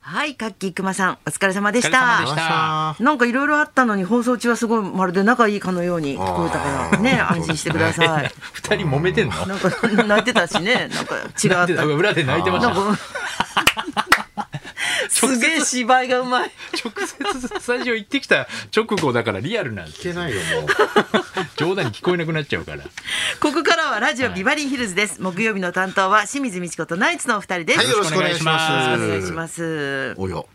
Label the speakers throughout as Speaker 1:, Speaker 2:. Speaker 1: はい、カッキーくまさん、お疲れ様でし
Speaker 2: お疲れ様で
Speaker 1: た
Speaker 2: し。
Speaker 1: なんかいろいろあったのに、放送中はすごいまるで仲いいかのように聞こえたか
Speaker 3: あ
Speaker 1: ら、
Speaker 3: ー
Speaker 1: ね、安心してください。
Speaker 2: 二人揉めてんの
Speaker 1: なんか泣いてたしね、なんか違
Speaker 2: 泣いてた
Speaker 1: った。
Speaker 2: 裏で泣いてまし
Speaker 1: なん
Speaker 2: た
Speaker 1: かすげえ芝居がうまい。
Speaker 2: 直接スタジオ行ってきた直後だからリアルなん
Speaker 3: 聞
Speaker 2: て
Speaker 3: けないよもう
Speaker 2: 冗談に聞こえなくなっちゃうから
Speaker 1: ここからはラジオビバリーヒルズです。木曜日の担当は清水美智子とナイツのお二人です。
Speaker 3: はい
Speaker 1: よ
Speaker 3: よろしくお願いしま
Speaker 1: ろし
Speaker 3: す
Speaker 1: くお願いします。
Speaker 3: およ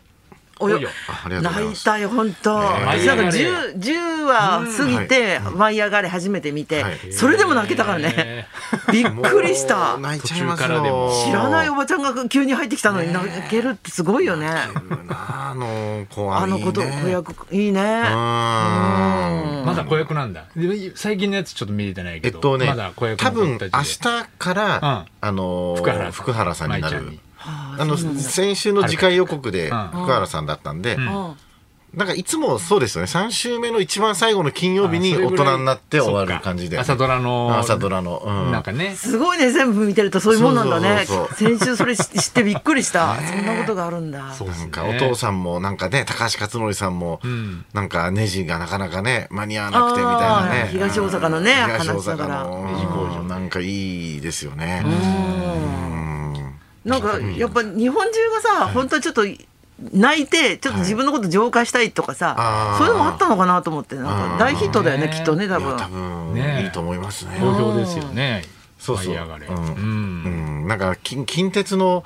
Speaker 1: およ
Speaker 2: およ。
Speaker 3: あありがとうござ
Speaker 1: 泣
Speaker 3: いま
Speaker 1: い
Speaker 3: す
Speaker 1: たよ本当。
Speaker 3: ね
Speaker 2: え
Speaker 1: なんか十十話過ぎて舞い上がれ初めて見て
Speaker 3: はい、
Speaker 1: それでも泣けたからね。
Speaker 2: ね
Speaker 1: びっくりした
Speaker 3: もう。泣いちゃいます
Speaker 2: 途中からでも
Speaker 3: よ
Speaker 1: 知らないおばちゃんが急に入ってきたのに泣けるってすごいよね。
Speaker 3: なあの子は
Speaker 1: あの
Speaker 3: いい
Speaker 1: 子と
Speaker 3: ね
Speaker 1: 子役いいね。
Speaker 3: うーん
Speaker 2: まだ子役なんだで最近のやつちょっと見れてない
Speaker 3: え
Speaker 2: け
Speaker 3: っ
Speaker 2: ど、
Speaker 3: とね
Speaker 2: まだ子役
Speaker 3: 多
Speaker 2: の
Speaker 3: 分
Speaker 2: 子
Speaker 3: 明
Speaker 2: たちで
Speaker 3: 日からあのー
Speaker 2: 福原さん
Speaker 3: 福原さんにな
Speaker 2: 舞ちゃん
Speaker 3: る
Speaker 2: に
Speaker 3: あの先週の次回予告で
Speaker 2: うん
Speaker 3: 福原さんだったんで
Speaker 2: ん
Speaker 1: うん
Speaker 3: なんかいつもそうですよね3週目の一番最後の金曜日に
Speaker 2: あそれ
Speaker 3: 大
Speaker 2: ぐらい
Speaker 3: 人になって終わる感じで
Speaker 2: そっか朝ドラの
Speaker 3: 朝ドラのうん
Speaker 2: なんかね
Speaker 1: すごいね全部見てるとそういうもんなんだね
Speaker 3: そうそうそう
Speaker 1: 先週それ知知ってびっくりしたそんなことがあるんだ
Speaker 2: そう
Speaker 3: なんかお父さんもなんかね高橋克典さんも
Speaker 2: ん
Speaker 3: なんかネジがなかなかね間に合わなくてみたいな
Speaker 1: あ
Speaker 3: ね
Speaker 1: ー東大阪のね
Speaker 3: うん
Speaker 1: 話
Speaker 3: 東
Speaker 1: だ
Speaker 3: 大
Speaker 1: から
Speaker 3: 阪の
Speaker 2: ネジ工場
Speaker 3: うんなんかいいですよねうん
Speaker 1: なんかやっぱ日本中がさ本当はちょっと泣いてちょっと自分のこと浄化したいとかさ
Speaker 3: あー
Speaker 1: そういうのもあったのかなと思ってなんか大ヒットだよね
Speaker 2: うん
Speaker 1: きっとね多
Speaker 3: いや
Speaker 1: 分
Speaker 3: 多分
Speaker 2: ね
Speaker 3: いいと思いますね
Speaker 2: 好評ですよね
Speaker 3: そうそう
Speaker 2: 舞い上がれ
Speaker 3: う
Speaker 2: うん
Speaker 3: んうんなんか近近鉄の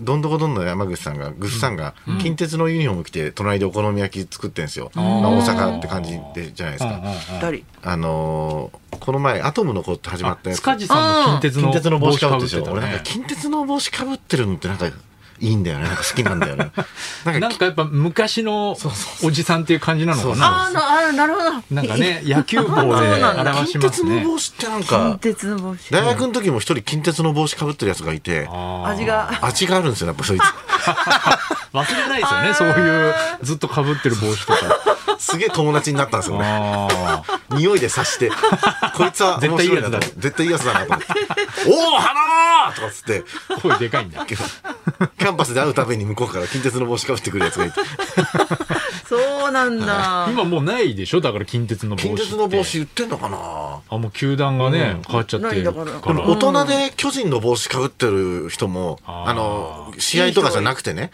Speaker 3: どんどこどんどんの山口さんがぐっさんが近鉄のユニフォーム着て隣でお好み焼き作ってんですよ、まあ大阪って感じでじゃないですか、
Speaker 1: 二人
Speaker 3: あのーこの前アトムの子って始まったやつ
Speaker 2: 塚地さんも近鉄の
Speaker 3: 近鉄の帽子かぶってるでしょ、
Speaker 2: 帽子
Speaker 3: 俺
Speaker 2: か
Speaker 3: なん
Speaker 2: ぶ
Speaker 3: か
Speaker 2: ってたね
Speaker 3: 近鉄の帽子かぶってるのってなんかいいんだよねなんか好きなんだよ ねなん
Speaker 2: な
Speaker 3: か
Speaker 2: んかやっぱ昔のおじさんっていう感じなのかな
Speaker 1: あーなあーなるほど
Speaker 2: なんかね 野球帽で表し
Speaker 3: 近
Speaker 2: ます
Speaker 3: 鉄の
Speaker 2: ね
Speaker 3: 帽子ってなん
Speaker 1: 近
Speaker 3: か
Speaker 1: 鉄の帽子
Speaker 3: 大学の時も一人近鉄の帽子かぶってるやつがいて
Speaker 2: あー
Speaker 1: 味が
Speaker 3: 味があるんですよやっぱそい
Speaker 2: 忘れないですよねそういうずっとかぶってる帽子とか
Speaker 3: つすげえ友達になったんですよね
Speaker 2: あー
Speaker 3: 匂いで刺して、こいつは面白いなと思って絶対いいやつだなと 思って、おお、花だとかっつって、
Speaker 2: 声でかいんだ
Speaker 3: キャンパスで会うたびに向こうから近鉄の帽子かぶってくるやつがいて、
Speaker 1: そうなんだ
Speaker 2: 今もうないでしょだから近鉄の帽子っ
Speaker 3: 近
Speaker 2: て
Speaker 3: 鉄の帽子売ってんのかな
Speaker 2: あもう球団がね変わっちゃってるか
Speaker 1: ないんだから
Speaker 3: で
Speaker 2: ら
Speaker 3: も大人で巨人の帽子かぶってる人も、
Speaker 2: あー
Speaker 3: あの、試合とかじゃなくてね、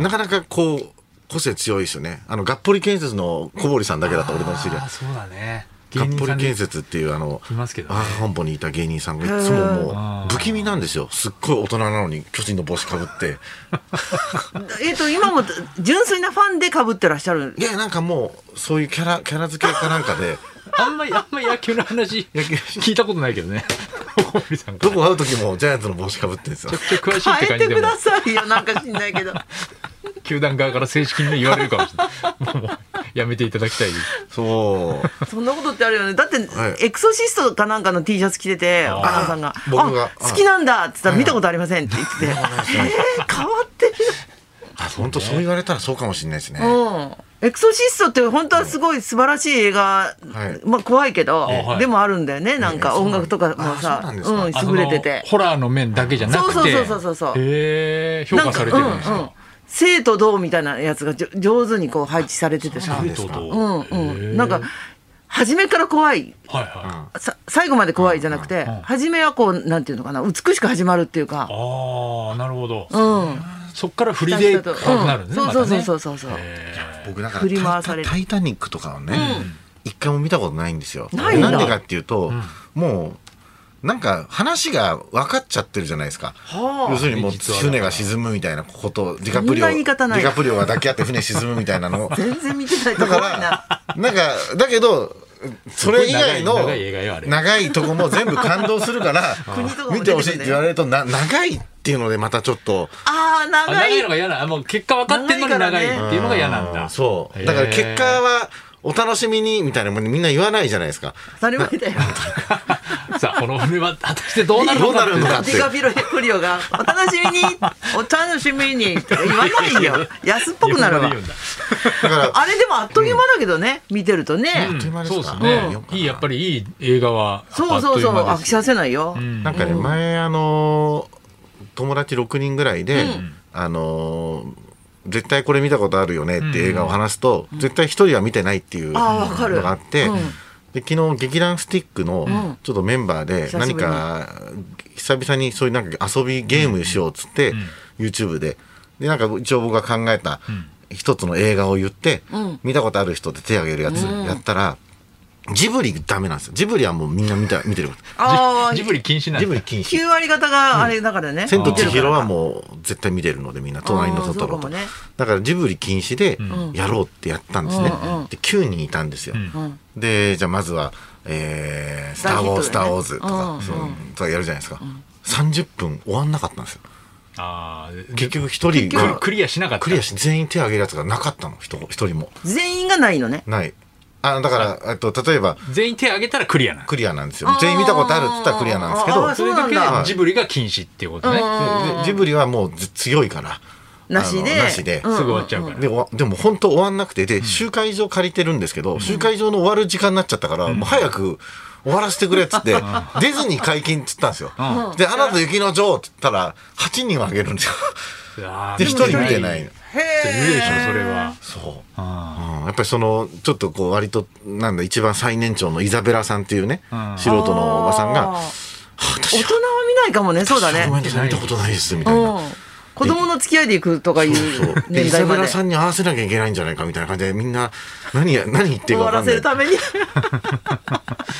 Speaker 3: なかなかこう、個性強いですよね。あの、がっぽり建設の小堀さんだけだった俺の知り合
Speaker 2: あーそうだね
Speaker 3: い。がっぽり
Speaker 2: ん
Speaker 3: 建設っていうあの、
Speaker 2: いますけどね
Speaker 3: あー本部にいた芸人さんがいつもも
Speaker 2: あ
Speaker 3: う
Speaker 2: ー
Speaker 3: 不気味なんですよ。すっごい大人なのに巨人の帽子かぶって。
Speaker 1: えっと今も純粋なファンでかぶってらっしゃる
Speaker 3: いや、なんかもう、そういうキャラ、キャラ付けかなんか で、
Speaker 2: あんまりあんまり 野球の話聞いたことないけどね小森さんから
Speaker 3: どこ会う時もジャイアンツの帽子かぶってるんですよ
Speaker 2: め。ちゃくちゃ詳しいって
Speaker 1: 変え
Speaker 2: 感
Speaker 1: て
Speaker 2: じで
Speaker 1: く
Speaker 2: も
Speaker 1: ださいよなんか知んないけど
Speaker 2: 球団側から正式にね言われるかもしれないもうもうやめていただきたいです
Speaker 3: そう。
Speaker 1: そんなことってあるよねだって、
Speaker 3: はい
Speaker 1: エクソシストかなんかの T シャツ着ててア
Speaker 2: あー
Speaker 1: ナさんが「
Speaker 3: 僕が
Speaker 1: あ
Speaker 3: はい
Speaker 1: 好きなんだ」っつったら「見たことありません」って言ってて「えー、変わってる
Speaker 3: あ、本当そう言われたらそうかもしれないですね。」
Speaker 1: うんエクソシストって本当はすごい素晴らしい映画、
Speaker 3: はい
Speaker 1: まあ怖いけど、
Speaker 2: あはい
Speaker 1: でもあるんだよねなん
Speaker 3: え
Speaker 1: か
Speaker 3: え
Speaker 1: 音楽とかも
Speaker 3: あそう
Speaker 1: さ
Speaker 3: なんですか
Speaker 1: うん優れて
Speaker 2: あ
Speaker 1: て
Speaker 2: のホラーの面だけじゃなくて
Speaker 1: そうそうそうそうそうそう
Speaker 2: へえ評価されてるんです
Speaker 1: なんうん
Speaker 2: か
Speaker 1: 生と銅みたいなやつがじょ上手にこう配置されててさ
Speaker 3: そう
Speaker 2: 生
Speaker 3: です
Speaker 2: 徒
Speaker 3: か
Speaker 2: と
Speaker 1: うんうんなんか初めから怖い
Speaker 2: はいは
Speaker 1: さ最後まで怖いじゃなくて、
Speaker 2: ん
Speaker 1: 初めはこうなんていうのかな美しく始まるっていうか
Speaker 2: い、ああなるほど
Speaker 1: うん、
Speaker 2: そっから振りで
Speaker 1: そう
Speaker 2: 怖くなるね
Speaker 1: そ
Speaker 2: また
Speaker 1: うそ
Speaker 2: ね
Speaker 1: うそうそうそう、
Speaker 3: 僕だか
Speaker 1: 振り回
Speaker 3: ら
Speaker 1: さ
Speaker 3: タ
Speaker 1: れ
Speaker 3: イ
Speaker 1: る
Speaker 3: タ「タイタニック」とかはね一回も見たことないんですよ。
Speaker 1: ないんだ
Speaker 3: でかっていうともうなんか話が分かっちゃってるじゃないですか。
Speaker 1: はあ
Speaker 3: 要するにもう
Speaker 2: 実は
Speaker 3: 船が沈むみたいなことディカプリ
Speaker 1: そんな
Speaker 3: オ
Speaker 1: 言い
Speaker 3: デ
Speaker 1: 方ない
Speaker 3: ィカプリオが抱き合って船沈むみたい なのをだ
Speaker 1: 全然見てないと
Speaker 3: か
Speaker 1: 怖いな
Speaker 3: らなんかだけどそれ以外の
Speaker 2: すごい長い長い映画よあれ
Speaker 3: 長いとこも全部感動するから
Speaker 1: 国とかも出てくるね
Speaker 3: 見てほしいって言われるとな長いっていうのでまたちょっと。
Speaker 1: あー
Speaker 2: あ
Speaker 1: 長
Speaker 2: 長
Speaker 1: い
Speaker 2: いのが嫌なあもう結果分かってんのに長いっていうのが嫌なんだ
Speaker 3: そう。だから結果はお楽しみにみたいなもんみんな言わないじゃないですか。
Speaker 1: 当たり前だよ
Speaker 2: さあこの船は果たしてどうなるの
Speaker 3: どうな
Speaker 2: か
Speaker 3: るのか
Speaker 1: ディカピロヘプリオが「お楽しみにお楽しみに」とか言わないよ 安っぽくなるわ
Speaker 2: 日本語で言うんだ
Speaker 3: だから、
Speaker 1: あれでもあっという間だけどね、見てるとね、
Speaker 3: っという間
Speaker 2: そう
Speaker 3: で
Speaker 2: ですす
Speaker 3: か
Speaker 2: ね
Speaker 3: う。ん
Speaker 2: いい、やっぱりいい映画は。
Speaker 1: そうそうそう飽
Speaker 2: あっといまで
Speaker 1: き
Speaker 2: す
Speaker 1: させないよ、
Speaker 2: うん
Speaker 3: なんかね、前あのー友達6人ぐらいで、あのー絶対これ見たことあるよねって映画を話すと、絶対一人は見てないっていうの
Speaker 1: あーわかる
Speaker 3: があって、
Speaker 1: うん
Speaker 3: で昨日劇団スティックのちょっとメンバーで
Speaker 1: 久しぶり
Speaker 3: 何
Speaker 1: に
Speaker 3: か久々にそういうなんか遊びゲームしようっつって、YouTube ででなんか一応僕が考えた一つの映画を言って、
Speaker 1: うん
Speaker 3: 見たことある人って手を挙げるやつやったら、ジブリダメなんですよジブリはもうみんな見た見てる
Speaker 1: ああ
Speaker 2: ジブリ禁止 なんで
Speaker 3: ジブリ禁止
Speaker 1: 9割方があれだからね、
Speaker 3: 千と千尋は
Speaker 1: う
Speaker 3: もう絶対見てるのでみんな隣のトトロ
Speaker 1: あーそうかも
Speaker 3: と、
Speaker 1: ね
Speaker 3: だからジブリ禁止でやろうってやったんですね、
Speaker 1: うんうん
Speaker 3: で9人いたんですよ、
Speaker 1: ん
Speaker 3: でじゃあまずは「えースター・ウォーズ」スター・ウォーズ」と
Speaker 1: うんう
Speaker 3: か
Speaker 1: ん
Speaker 3: そうとかやるじゃないですか、30分終わんなかったんですよ
Speaker 2: あー
Speaker 3: 結局一人
Speaker 2: クリ
Speaker 3: が
Speaker 2: クリアしなかった
Speaker 3: クリアし全員手を挙げるやつがなかったの人一人も
Speaker 1: 全員がないのね
Speaker 3: ないあだからえっと例えば
Speaker 2: 全員手挙げたらクリアなん
Speaker 3: クリアなんですよ全員見たことあるって言ったらクリアなんですけ
Speaker 1: あー
Speaker 3: ど
Speaker 2: それだけ
Speaker 1: そうなん
Speaker 3: だ
Speaker 2: ジブリが禁止っていうことね
Speaker 3: ででジブリはもうず強いから
Speaker 1: なしで
Speaker 3: あのなしで、
Speaker 2: すぐ終わっちゃうから
Speaker 3: でおわでも本当終わんなくてで、集会場借りてるんですけど、集会場の終わる時間になっちゃったから、もう早く終わらせてくれっつって、ディズニー解禁っつったんですよ、
Speaker 2: う
Speaker 3: で「アナと雪の女王」って言ったら8人をあげるんですよ
Speaker 2: あー
Speaker 3: で1人見てない
Speaker 2: 見
Speaker 3: の
Speaker 2: てないいるでしょそれは
Speaker 3: そう
Speaker 2: あ
Speaker 3: うんやっぱりそのちょっとこう割となんだ一番最年長のイザベラさんっていうね、
Speaker 2: うん
Speaker 3: 素人のおばさんが
Speaker 1: あー
Speaker 3: 「はあ
Speaker 1: 大
Speaker 3: 私
Speaker 1: 人は見ないかもねそうだ
Speaker 3: ご
Speaker 1: ね
Speaker 3: めんなさい見たことないです」みたいな。
Speaker 1: うん子供の付き合いで行くとかいう
Speaker 3: そうでイ
Speaker 1: 年
Speaker 3: ザ
Speaker 1: 代まで
Speaker 3: ベラさんに合わせなきゃいけないんじゃないかみたいな感じでみんな何や何言っ
Speaker 1: 終
Speaker 3: てるか
Speaker 1: わ
Speaker 3: 分からんな
Speaker 1: せ
Speaker 3: い
Speaker 1: るために
Speaker 2: ー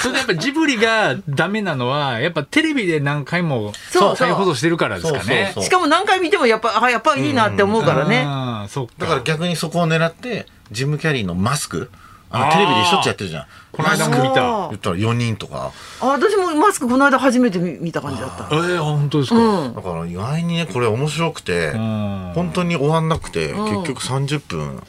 Speaker 2: それでやっぱジブリがダメなのはやっぱテレビで何回も
Speaker 1: そう
Speaker 2: 再放送してるからですかね
Speaker 3: そうそうそ う
Speaker 1: しかも何回見てもやっぱあやっぱいいなって思うからね
Speaker 2: あーそっか
Speaker 3: だから逆にそこを狙ってジム・キャリーのマスクあ
Speaker 2: あー
Speaker 3: のテレビでしょっちゅうやってるじゃん
Speaker 2: この間も見た
Speaker 3: 言ったら4人とか
Speaker 1: あ私もマスクこの間初めて見見た感じだった
Speaker 2: えー、本当ですか、
Speaker 1: うん
Speaker 3: だから意外にねこれ面白くて
Speaker 2: ん
Speaker 3: 本当に終わんなくて結局30分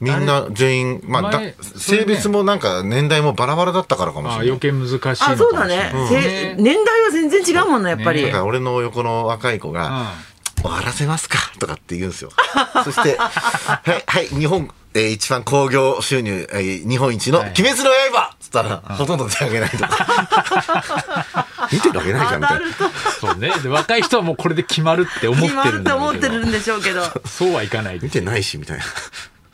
Speaker 3: みんな全員まあだ
Speaker 2: 前それね
Speaker 3: 性別もなんか年代もバラバラだったからかも
Speaker 2: あ
Speaker 3: し
Speaker 2: ー
Speaker 3: れな
Speaker 2: 余
Speaker 3: い
Speaker 2: 計難しいのかもしれな
Speaker 1: あ
Speaker 2: い
Speaker 1: そうだね、せ
Speaker 2: ね
Speaker 1: 年代は全然違うもんなやっぱり、
Speaker 2: ね
Speaker 3: だから俺の横の若い子
Speaker 2: う
Speaker 3: が
Speaker 2: ん
Speaker 3: 「終わらせますか」とかって言うんですよ そして「はいはい日本えー一番興行収入えー日本一の
Speaker 2: はい
Speaker 3: 鬼滅の刃」っつったらほとんど手挙げないとか 見てるわけないじゃんみ
Speaker 1: 当た
Speaker 3: たいな
Speaker 1: ると
Speaker 2: そうねで若い人はもうこれで決まるって思って
Speaker 1: 決ま
Speaker 2: る
Speaker 1: る
Speaker 2: ん
Speaker 1: と
Speaker 2: だろ
Speaker 1: 思っ
Speaker 2: うけ
Speaker 1: て
Speaker 2: ど
Speaker 1: るんでしょうけ ど
Speaker 2: そうはいかない
Speaker 3: 見てないしみたいな。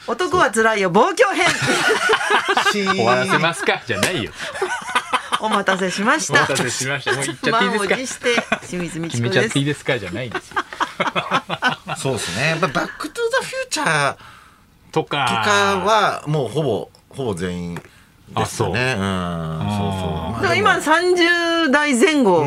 Speaker 1: 男は辛いよ望郷 編
Speaker 2: 終わらせますかじゃ ないよ
Speaker 1: お待たせしまし
Speaker 2: お
Speaker 1: た
Speaker 2: 待たせしましたもう行っちゃっていい
Speaker 1: 満を持
Speaker 2: ですか
Speaker 1: して清水美智
Speaker 2: 決め
Speaker 1: 子
Speaker 2: ちゃっ
Speaker 1: で
Speaker 2: て
Speaker 1: す
Speaker 2: いいですかじゃないんですよ
Speaker 3: そうですね。やっぱバックトゥザフューチャーと
Speaker 2: とか
Speaker 3: かはもうほぼほぼ全員ですよね。うん。そうそう。まあ
Speaker 1: だから今30代前後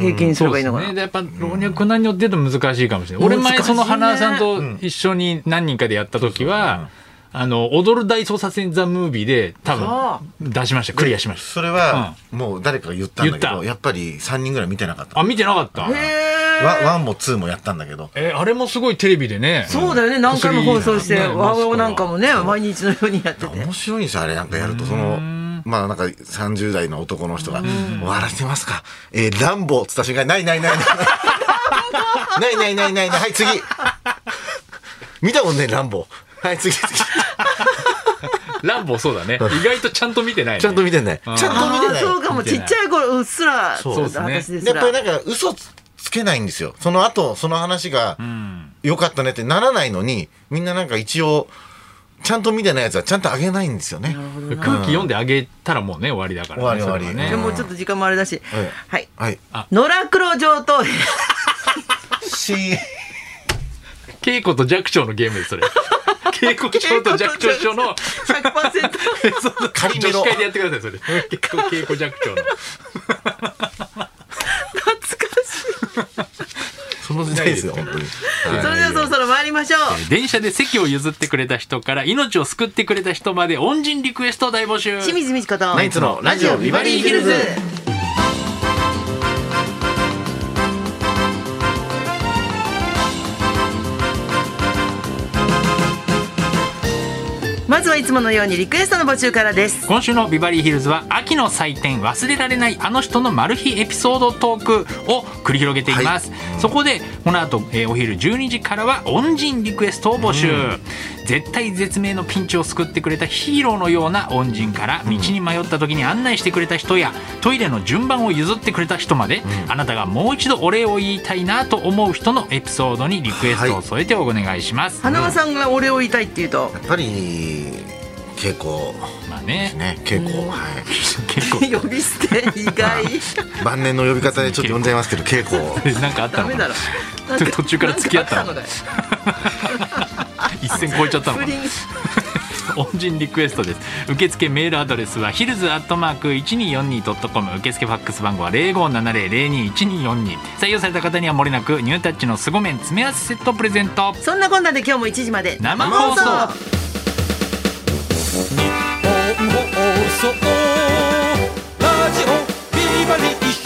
Speaker 1: 平均にすればいいのか
Speaker 2: そ
Speaker 1: な、
Speaker 2: うですねでやっぱ老若男女っていうと難しいかもしれない、俺前
Speaker 1: 難しい
Speaker 2: そ
Speaker 1: ね
Speaker 2: の花さんと一緒に何人かでやった時は、あの踊る大捜査線ザムービーで多分出しましたクリアしました
Speaker 3: それはもう誰かが言ったんだけ
Speaker 2: 言っ
Speaker 3: ど、
Speaker 2: た
Speaker 3: やっぱり三人ぐらい見てなかった。
Speaker 2: あ見てなかった
Speaker 1: へ
Speaker 3: ワ
Speaker 1: え
Speaker 3: ンワンもツーもやったんだけど。
Speaker 2: えあれもすごいテレビでね
Speaker 1: そうだよね何回も放送して
Speaker 2: ね
Speaker 1: ワウワウなんかもね毎日のようにやってて
Speaker 3: 面白いんですよあれなんかやるとそのまあなんか30代の男の人が「終わらせますかえー、ランボー」っつった瞬間にないないないないないないないないないはい次見たもんねランボーはい次次
Speaker 2: ランボーそうだね意外とちゃんと見てないね、
Speaker 3: ちゃんと見てねちゃ
Speaker 2: うんん
Speaker 3: と見て
Speaker 1: あ
Speaker 3: な
Speaker 1: あ
Speaker 3: い
Speaker 1: そうかも
Speaker 2: 見て
Speaker 1: ち
Speaker 2: な
Speaker 1: っ
Speaker 2: い
Speaker 1: ちゃい頃うっすら
Speaker 3: そう
Speaker 2: ですね
Speaker 1: 私です
Speaker 3: やっ
Speaker 1: ら
Speaker 3: ぱりなんか嘘つけないんですよその後その話が
Speaker 2: うん
Speaker 3: 良かったねってならないのにみんななんか一応ちゃんと見てないやつはちゃんとあげないんですよね
Speaker 2: 空気読んであげたらもうね終わりだから、ね、
Speaker 3: 終わり終
Speaker 2: そ
Speaker 3: わり
Speaker 2: れは
Speaker 1: で
Speaker 2: ね
Speaker 1: もちょっと時間もあれだし
Speaker 3: うん
Speaker 1: はい
Speaker 3: はい
Speaker 1: 野良黒上 等兵
Speaker 3: シーン
Speaker 2: 稽古と弱聴のゲームです それ稽古長と弱聴症の
Speaker 1: 100%
Speaker 2: そうそう
Speaker 3: 仮メロ
Speaker 2: 女子会でやってくださいそれ結構 稽古弱聴の
Speaker 1: 懐か しい
Speaker 3: その時代ですよ本当に
Speaker 1: それではそろそろ参りましょう
Speaker 2: 電車で席を譲ってくれた人から命を救ってくれた人まで恩人リクエストを大募集
Speaker 1: 清水美智子と
Speaker 3: ナイツのラジオビバリーヒルズ
Speaker 1: まずはいつものようにリクエストの募集からです
Speaker 2: 今週のビバリーヒルズは秋の祭典忘れられないあの人のマル秘エピソードトークを繰り広げています、そこでこの後、えーお昼12時からは恩人リクエストを募集、絶対絶命のピンチを救ってくれたヒーローのような恩人から道に迷った時に案内してくれた人やトイレの順番を譲ってくれた人まで、あなたがもう一度お礼を言いたいなと思う人のエピソードにリクエストを添えてお願いします、
Speaker 1: 花輪さんがお礼を言いたいっていうと
Speaker 3: やっぱり稽古
Speaker 2: まあ
Speaker 3: です
Speaker 2: ね
Speaker 3: ね稽古はい
Speaker 2: 結構
Speaker 1: 呼び捨て意外
Speaker 3: 晩年の呼び方でちょっと呼んじゃいますけど稽古
Speaker 2: なんかあった
Speaker 1: ダ
Speaker 2: の
Speaker 1: メだ
Speaker 2: かな
Speaker 1: ろ
Speaker 2: ちょっと途中から付き合った
Speaker 1: な
Speaker 2: の
Speaker 1: んかあったの
Speaker 2: 一線超えちゃったの
Speaker 1: だ
Speaker 2: か
Speaker 1: よ
Speaker 2: な
Speaker 1: 不倫
Speaker 2: 恩人リクエストです受付メールアドレスはヒルズアットマーク 1242.com 受付ファックス番号は0570021242採用された方にはもれなくニュータッチの凄麺詰め合わせセットプレゼント
Speaker 1: そんなこんなで今日も1時まで
Speaker 2: 生放送
Speaker 4: 放送ラジオビバリー